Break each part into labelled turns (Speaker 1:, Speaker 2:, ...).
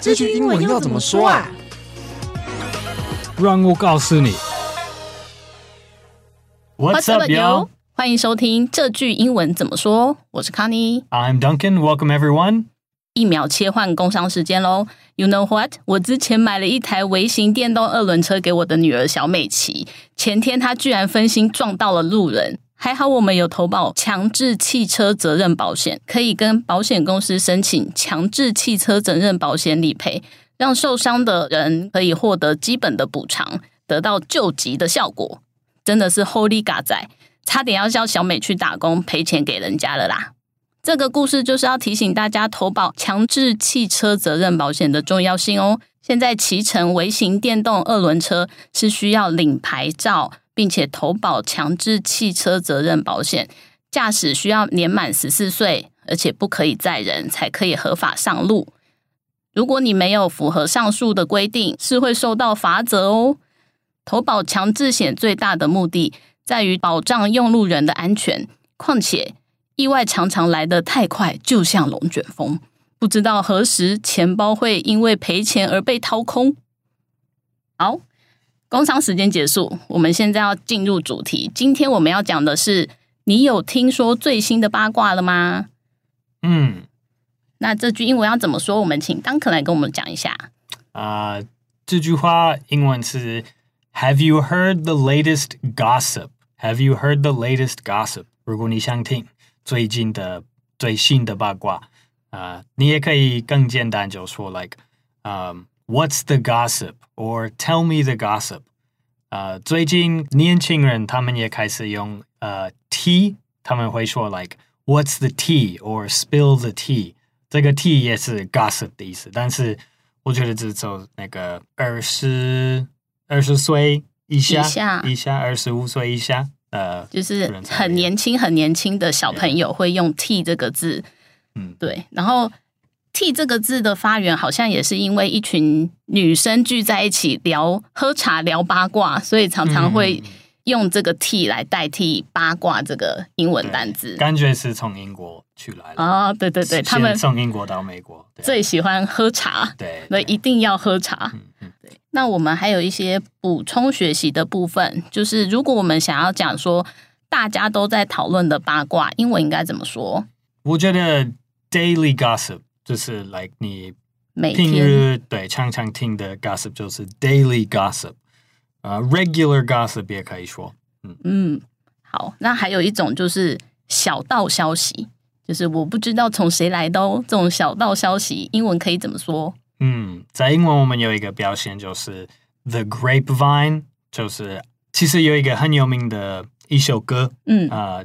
Speaker 1: 这句英文要怎么说啊？
Speaker 2: 让我告诉你。
Speaker 3: What's
Speaker 4: up,
Speaker 3: up, yo?
Speaker 4: yo？欢迎收听这句英文怎么说，我是康妮。
Speaker 3: I'm Duncan. Welcome, everyone.
Speaker 4: 一秒切换工商时间喽。You know what？我之前买了一台微型电动二轮车给我的女儿小美骑，前天她居然分心撞到了路人。还好我们有投保强制汽车责任保险，可以跟保险公司申请强制汽车责任保险理赔，让受伤的人可以获得基本的补偿，得到救急的效果。真的是 Holy 嘎仔，差点要叫小美去打工赔钱给人家了啦！这个故事就是要提醒大家投保强制汽车责任保险的重要性哦。现在骑乘微型电动二轮车是需要领牌照，并且投保强制汽车责任保险，驾驶需要年满十四岁，而且不可以载人才可以合法上路。如果你没有符合上述的规定，是会受到罚则哦。投保强制险最大的目的在于保障用路人的安全，况且意外常常来得太快，就像龙卷风，不知道何时钱包会因为赔钱而被掏空。好，工商时间结束，我们现在要进入主题。今天我们要讲的是，你有听说最新的八卦了吗？
Speaker 3: Hmm.
Speaker 4: 那这句英文要怎么说？我们请 Duncan 来跟我们讲一下。
Speaker 3: Uh, 这句话英文是 Have you heard the latest gossip? Have you heard the latest gossip? 如果你想听最近的最新的八卦，啊、呃，你也可以更简单就说 like um, What's the gossip? Or tell me the gossip. 呃，最近年轻人他们也开始用呃 tea，他们会说 like What's the tea? Or spill the tea. 这个 tea 也是 gossip 的意思，但是我觉得只走那个二十二十岁以下
Speaker 4: 以下。
Speaker 3: 以下二十五岁以下，呃，
Speaker 4: 就是
Speaker 3: 不能再
Speaker 4: 很年轻、很年轻的小朋友会用 “t” 这个字，
Speaker 3: 啊嗯
Speaker 4: 对。然后 “t” 这个字的发源好像也是因为一群女生聚在一起聊喝茶、聊八卦，所以常常会
Speaker 3: 嗯
Speaker 4: 用这个 “t” 来代替“八卦”这个英文单字。
Speaker 3: 感觉是从英国去来的，
Speaker 4: 哦，对对对，他们
Speaker 3: 先从英国到美国，对
Speaker 4: 最喜欢喝茶，
Speaker 3: 对
Speaker 4: 那一定要喝茶。
Speaker 3: 嗯
Speaker 4: 那我们还有一些补充学习的部分，就是如果我们想要讲说大家都在讨论的八卦，英文应该怎么说？
Speaker 3: 我觉得 daily gossip 就是 like 你
Speaker 4: 每天
Speaker 3: 平日对常常听的 gossip 就是 daily gossip，呃、uh,，regular gossip 也可以说。
Speaker 4: 嗯，好。那还有一种就是小道消息，就是我不知道从谁来的哦，这种小道消息，英文可以怎么说？
Speaker 3: 嗯，在英文我们有一个表现就是 The Grapevine，就是其实有一个很有名的一首歌，
Speaker 4: 嗯，
Speaker 3: 呃，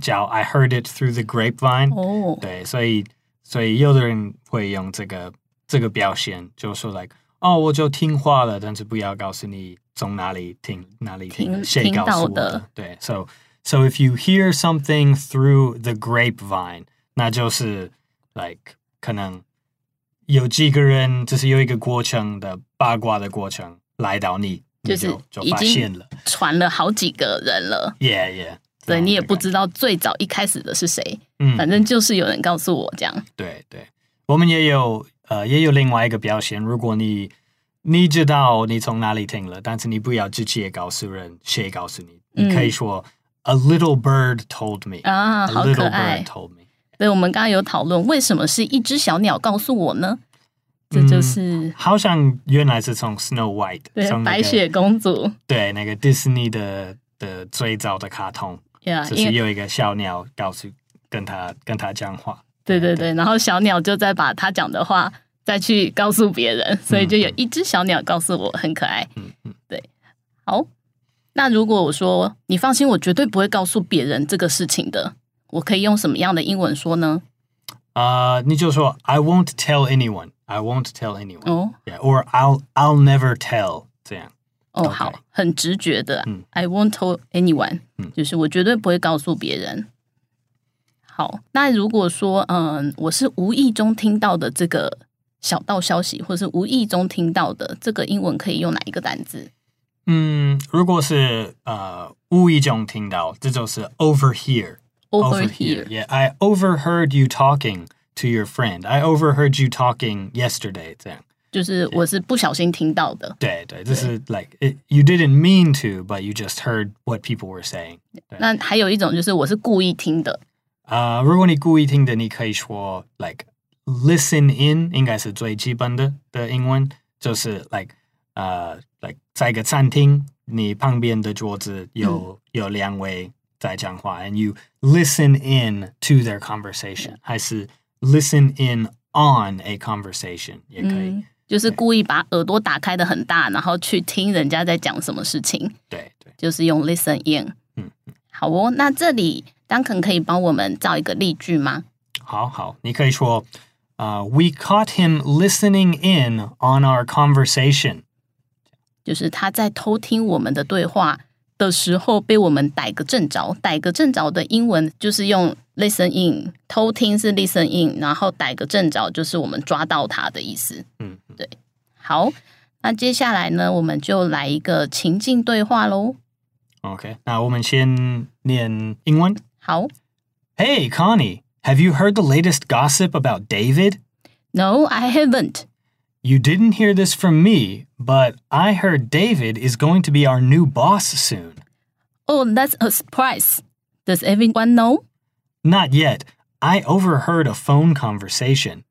Speaker 3: 叫 I Heard It Through the Grapevine、
Speaker 4: 哦，
Speaker 3: 对，所以所以有的人会用这个这个表现，就说 like 哦，我就听话了，但是不要告诉你从哪里听哪里听
Speaker 4: 听
Speaker 3: 的，谁告诉我
Speaker 4: 听到的
Speaker 3: 的？对，so so if you hear something through the grapevine，那就是 like 可能有几个人，就是有一个过程的八卦的过程来到你，你
Speaker 4: 就是
Speaker 3: 就
Speaker 4: 已
Speaker 3: 发
Speaker 4: 经
Speaker 3: 现了
Speaker 4: 传了好几个人了，
Speaker 3: ，yeah yeah，
Speaker 4: 对你也不
Speaker 3: 道，
Speaker 4: 知道最早一开始的是谁，
Speaker 3: 哦嗯
Speaker 4: 反正就是有人告诉我这样。
Speaker 3: 对对，我们也有呃也有另外一个表现，如果你你知道你从哪里听了，但是你不要直接告诉人谁告诉你，
Speaker 4: 嗯
Speaker 3: 你可以说 A little bird told me
Speaker 4: 啊
Speaker 3: a
Speaker 4: 好可
Speaker 3: little
Speaker 4: 爱
Speaker 3: bird told me。
Speaker 4: 对，我们刚刚有讨论，为什么是一只小鸟告诉我呢？
Speaker 3: 嗯
Speaker 4: 这就是、
Speaker 3: 好像原来是从 Snow White，
Speaker 4: 对、
Speaker 3: 从那
Speaker 4: 白
Speaker 3: 个
Speaker 4: 雪公主
Speaker 3: 对那个 Disney 的的最早的卡通，
Speaker 4: 呀
Speaker 3: 就
Speaker 4: 啊因
Speaker 3: 是
Speaker 4: 为
Speaker 3: 有一个小鸟告诉跟他跟他讲话，
Speaker 4: 对对对，然后小鸟就再把它讲的话再去告诉别人，所以就有一只小鸟告诉我，很可爱。
Speaker 3: 嗯嗯，
Speaker 4: 好，那如果我说你放心，我绝对不会告诉别人这个事情的，我可以用什么样的英文说呢？
Speaker 3: 啊、你就说 I won't tell anyone, I won't tell anyone，、
Speaker 4: 哦
Speaker 3: Yeah, or I'll I'll never tell 这样。
Speaker 4: 哦
Speaker 3: OK
Speaker 4: 好，很直觉的、
Speaker 3: 嗯
Speaker 4: i won't tell anyone，、
Speaker 3: 嗯
Speaker 4: 就是我绝对不会告诉别人。好，那如果说，嗯，我是无意中听到的这个小道消息，或是无意中听到的这个英文，可以用哪一个单字？
Speaker 3: 嗯，Hmm, 如果是呃无意中听到，这就是 overhear。
Speaker 4: Overhear
Speaker 3: Yeah, I overheard you talking to your friend. I overheard you talking yesterday. 这样
Speaker 4: 就是我是不小心听到的。
Speaker 3: 对对，这是 like it, you didn't mean to, but you just heard what people were saying。对
Speaker 4: 那还有一种就是我是故意听的，
Speaker 3: 啊、如果你故意听的，你可以说 like listen in，应该是最基本的的英文，就是 like 呃、like 在一个餐厅，你旁边的桌子有、有两位在讲话，and you listen in to their conversation，、还是 listen in on a conversation 也可以。
Speaker 4: 嗯，就是故意把耳朵打开的很大，然后去听人家在讲什么事情，
Speaker 3: 对对，
Speaker 4: 就是用 listen in。
Speaker 3: 嗯，
Speaker 4: 好哦，那这里 Duncan 可以帮我们造一个例句吗？
Speaker 3: 好好，你可以说啊、w e caught him listening in on our conversation。
Speaker 4: 就是他在偷听我们的对话的时候被我们逮个正着，逮个正着的英文就是用 listen in，偷听是 listen in，然后逮个正着就是我们抓到他的意思。
Speaker 3: 嗯，
Speaker 4: 好，那接下来呢，我们就来一个情境对话喽。
Speaker 3: Okay, now woman Shin Nian Ingwen.
Speaker 4: 好
Speaker 3: Hey, Connie, have you heard the latest gossip about David?
Speaker 4: ，No, I haven't。
Speaker 3: You didn't hear this from me, but I heard David is going to be our new boss soon.
Speaker 4: Oh, that's a surprise. Does everyone know?
Speaker 3: Not yet. I overheard a phone conversation.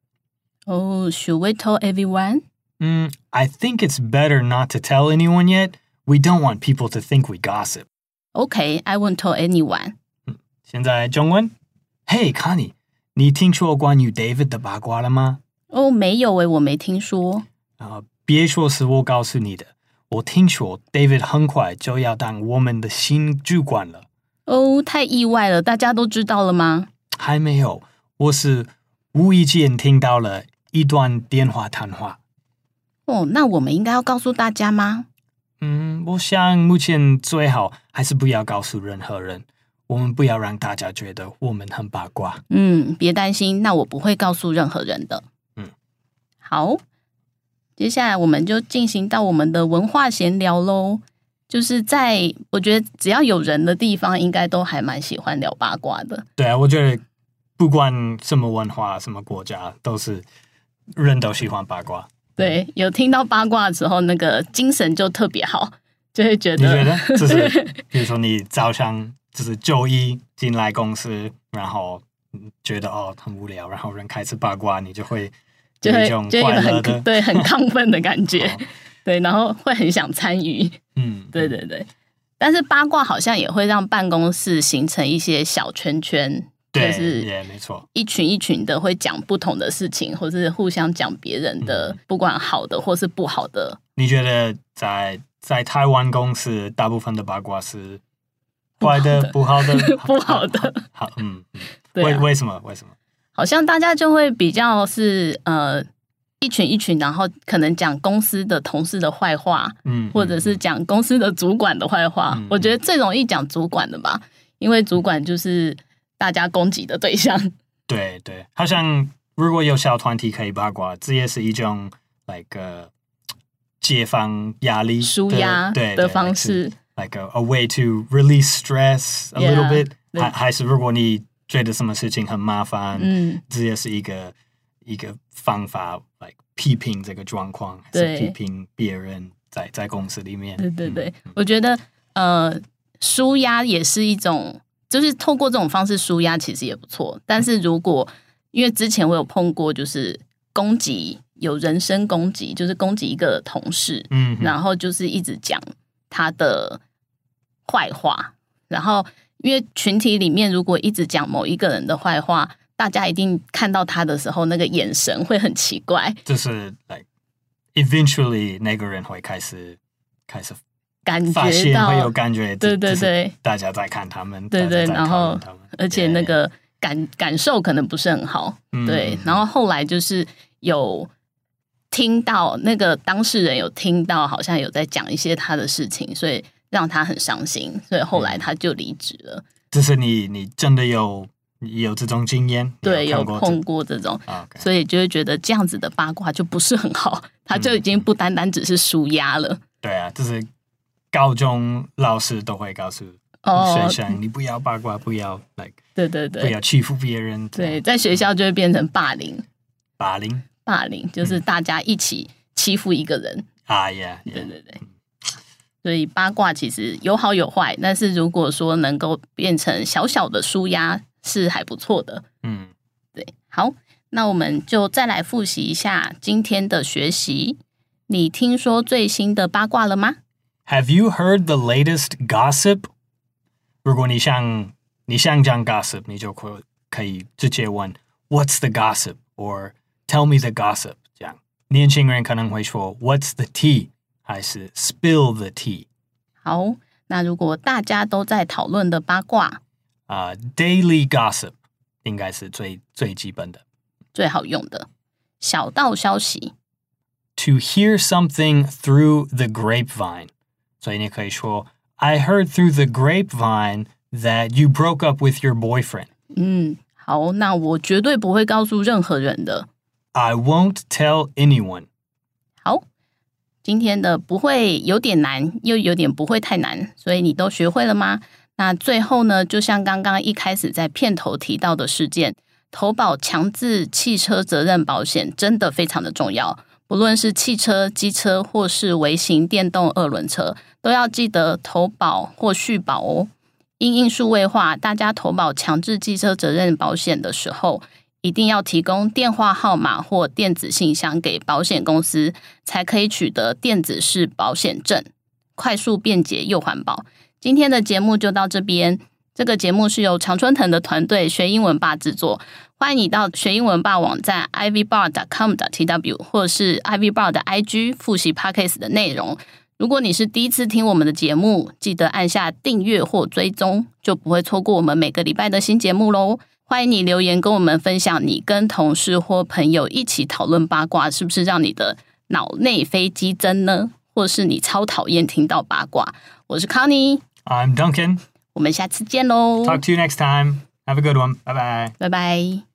Speaker 4: Oh, should we tell everyone?
Speaker 3: Mm, I think it's better not to tell anyone yet. We don't want people to think we gossip.
Speaker 4: Okay, I won't tell anyone.
Speaker 3: 现在中文. Hey, Connie, 你听说关于 David 的八卦了吗？
Speaker 4: 哦，没有诶，我没听说。
Speaker 3: 啊，别说是我告诉你的，我听说 David 很快就要当我们的新主管了。
Speaker 4: 哦，太意外了，大家都知道了吗？
Speaker 3: 还没有，我是无意间听到了一段电话谈话。
Speaker 4: 哦，那我们应该要告诉大家吗？
Speaker 3: 嗯，我想目前最好还是不要告诉任何人，我们不要让大家觉得我们很八卦。
Speaker 4: 嗯，别担心，那我不会告诉任何人的。
Speaker 3: 嗯，
Speaker 4: 好，接下来我们就进行到我们的文化闲聊喽。就是在我觉得只要有人的地方，应该都还蛮喜欢聊八卦的。
Speaker 3: 对啊，我觉得不管什么文化、什么国家，都是人都喜欢八卦。
Speaker 4: 对，有听到八卦的时候，那个精神就特别好，就会觉
Speaker 3: 你觉
Speaker 4: 得
Speaker 3: 得就是，比如说你早上就是周一进来公司，然后嗯觉得哦很无聊，然后人开始八卦，你就会
Speaker 4: 就
Speaker 3: 有
Speaker 4: 会
Speaker 3: 一种
Speaker 4: 就会
Speaker 3: 快乐
Speaker 4: 有很
Speaker 3: 的，
Speaker 4: 对很亢奋的感觉，
Speaker 3: 哦
Speaker 4: 对，然后会很想参与。
Speaker 3: 嗯，
Speaker 4: 对对对，但是八卦好像也会让办公室形成一些小圈圈，就
Speaker 3: 对，
Speaker 4: 是
Speaker 3: 也没错，
Speaker 4: 一群一群的会讲不同的事情，或是互相讲别人
Speaker 3: 嗯
Speaker 4: 的，不管好的或是不好的。
Speaker 3: 你觉得在在台湾公司大部分的八卦是坏的、不好的、
Speaker 4: 不好的，
Speaker 3: 好，嗯，嗯
Speaker 4: 对、
Speaker 3: 为
Speaker 4: 啊，
Speaker 3: 为什么？为什么？
Speaker 4: 好像大家就会比较是呃一群一群，然后可能讲公司的同事的坏话，
Speaker 3: 嗯，
Speaker 4: 或者是
Speaker 3: 嗯
Speaker 4: 讲公司的主管的坏话。
Speaker 3: 嗯
Speaker 4: 我觉得最容易讲主管的吧，因为主管就是大家攻击的对象。
Speaker 3: 对对，好像如果有小团体可以八卦，这也是一种 like 呃解放压力的、
Speaker 4: 舒压
Speaker 3: 对
Speaker 4: 的
Speaker 3: 对
Speaker 4: 方
Speaker 3: ，like 是
Speaker 4: 式。
Speaker 3: ，like a, a way to release stress a little
Speaker 4: Yeah，
Speaker 3: bit
Speaker 4: 对
Speaker 3: 还还是如果你觉得什么事情很麻烦，
Speaker 4: 嗯，
Speaker 3: 这也是一个一个方法，like 批评这个状况，还
Speaker 4: 对
Speaker 3: 是批评别人在在公司里面。
Speaker 4: 对 对对
Speaker 3: 嗯，
Speaker 4: 我觉得呃，舒压也是一种，就是透过这种方式舒压，其实也不错。但是如果因为之前我有碰过，就是攻击有人身攻击，就是攻击一个同事，
Speaker 3: 嗯哼，
Speaker 4: 然后就是一直讲他的坏话，然后因为群体里面如果一直讲某一个人的坏话。大家一定看到他的时候，那个眼神会很奇怪，
Speaker 3: 就是 like eventually 那个人会开始开始
Speaker 4: 感
Speaker 3: 发
Speaker 4: 觉
Speaker 3: 现
Speaker 4: 到
Speaker 3: 会有感觉，
Speaker 4: 对对
Speaker 3: 就是
Speaker 4: 对
Speaker 3: 大家在看他们，
Speaker 4: 对对
Speaker 3: 大家在
Speaker 4: 然后
Speaker 3: 讨论他们
Speaker 4: 而且
Speaker 3: Yeah，
Speaker 4: 那个感感受可能不是很好，
Speaker 3: 嗯
Speaker 4: 对。然后后来就是有听到那个当事人有听到，好像有在讲一些他的事情，所以让他很伤心，所以
Speaker 3: 嗯
Speaker 4: 后来他就离职了。
Speaker 3: 就是你你真的有有这种经验，
Speaker 4: 对，
Speaker 3: 你
Speaker 4: 有
Speaker 3: 看过这
Speaker 4: 碰过这种，
Speaker 3: 啊，OK，
Speaker 4: 所以就会觉得这样子的八卦就不是很好，他就已经不单单只是舒压了。
Speaker 3: 对啊，就是高中老师都会告诉嗯学
Speaker 4: 哦，
Speaker 3: 生，你不要八卦，不要 like
Speaker 4: 对对
Speaker 3: 不
Speaker 4: 对
Speaker 3: 要欺负别人，
Speaker 4: 对，在学校就会变成霸凌，
Speaker 3: 霸凌，
Speaker 4: 霸凌就是大家一起欺负一个人。
Speaker 3: 啊，yeah，
Speaker 4: 对
Speaker 3: yeah
Speaker 4: 对对。所以八卦其实有好有坏，但是如果说能够变成小小的舒压，是还不错的。
Speaker 3: 嗯，
Speaker 4: 对，好，那我们就再来复习一下今天的学习。你听说最新的八卦了吗？
Speaker 3: Have you heard the latest gossip？如果你想你想讲 gossip，你就可可以直接问 What's the gossip? or Tell me the gossip。这样年轻人可能会说 What's the tea？还是 Spill the tea？
Speaker 4: 好，那如果大家都在讨论的八卦
Speaker 3: 啊、d a i l y gossip 应该是最最基本的。
Speaker 4: 最好用的小道消息，
Speaker 3: To hear something through the grapevine，所以你可以说 I heard through the grapevine that you broke up with your boyfriend。
Speaker 4: 嗯，好，那我绝对不会告诉任何人的。
Speaker 3: I won't tell anyone。
Speaker 4: 好，今天的不会有点难，又有点不会太难，所以你都学会了吗？那最后呢，就像刚刚一开始在片头提到的事件，投保强制汽车责任保险真的非常的重要。不论是汽车、机车或是微型电动二轮车，都要记得投保或续保哦。因应数位化，大家投保强制汽车责任保险的时候，一定要提供电话号码或电子信箱给保险公司，才可以取得电子式保险证，快速、便捷又环保。今天的节目就到这边。这个节目是由常春藤的团队学英文吧制作，欢迎你到学英文吧网站 ivbar.com.tw 或是 ivbar 的 IG 复习 Podcast 的内容。如果你是第一次听我们的节目，记得按下订阅或追踪，就不会错过我们每个礼拜的新节目喽。欢迎你留言跟我们分享，你跟同事或朋友一起讨论八卦，是不是让你的脑内飞激增呢？或是你超讨厌听到八卦？我是康妮，
Speaker 3: I'm Duncan.
Speaker 4: 我们下次见喽，
Speaker 3: Talk to you next time. Have a good one. Bye bye.
Speaker 4: 拜拜。